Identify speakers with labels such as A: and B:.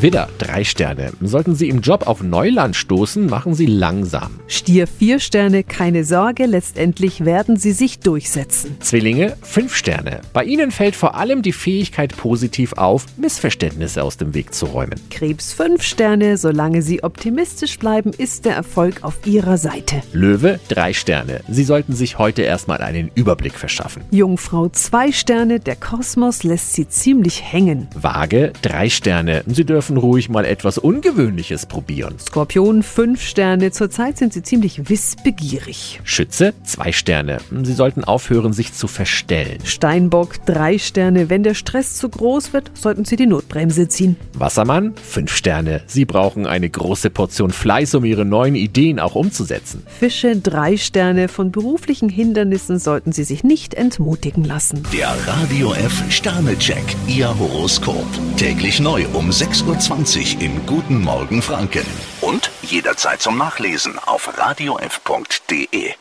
A: Widder, drei Sterne. Sollten Sie im Job auf Neuland stoßen, machen Sie langsam.
B: Stier vier Sterne, keine Sorge, letztendlich werden sie sich durchsetzen.
A: Zwillinge, fünf Sterne. Bei Ihnen fällt vor allem die Fähigkeit positiv auf, Missverständnisse aus dem Weg zu räumen.
B: Krebs fünf Sterne, solange sie optimistisch bleiben, ist der Erfolg auf ihrer Seite.
A: Löwe, drei Sterne. Sie sollten sich heute erstmal einen Überblick verschaffen.
B: Jungfrau zwei Sterne, der Kosmos lässt sie ziemlich hängen.
A: Waage, drei Sterne. Sie dürfen ruhig mal etwas Ungewöhnliches probieren.
B: Skorpion fünf Sterne, zurzeit sind sie ziemlich wissbegierig.
A: Schütze, zwei Sterne. Sie sollten aufhören, sich zu verstellen.
B: Steinbock drei Sterne, wenn der Stress zu groß wird, sollten sie die Notbremse ziehen.
A: Wassermann, fünf Sterne. Sie brauchen eine große Portion Fleiß, um Ihre neuen Ideen auch umzusetzen.
B: Fische drei Sterne, von beruflichen Hindernissen sollten sie sich nicht entmutigen lassen.
C: Der Radio F Sternecheck. Ihr Horoskop. Täglich neu um 6.20 Uhr im Guten Morgen Franken. Und jederzeit zum Nachlesen auf radiof.de.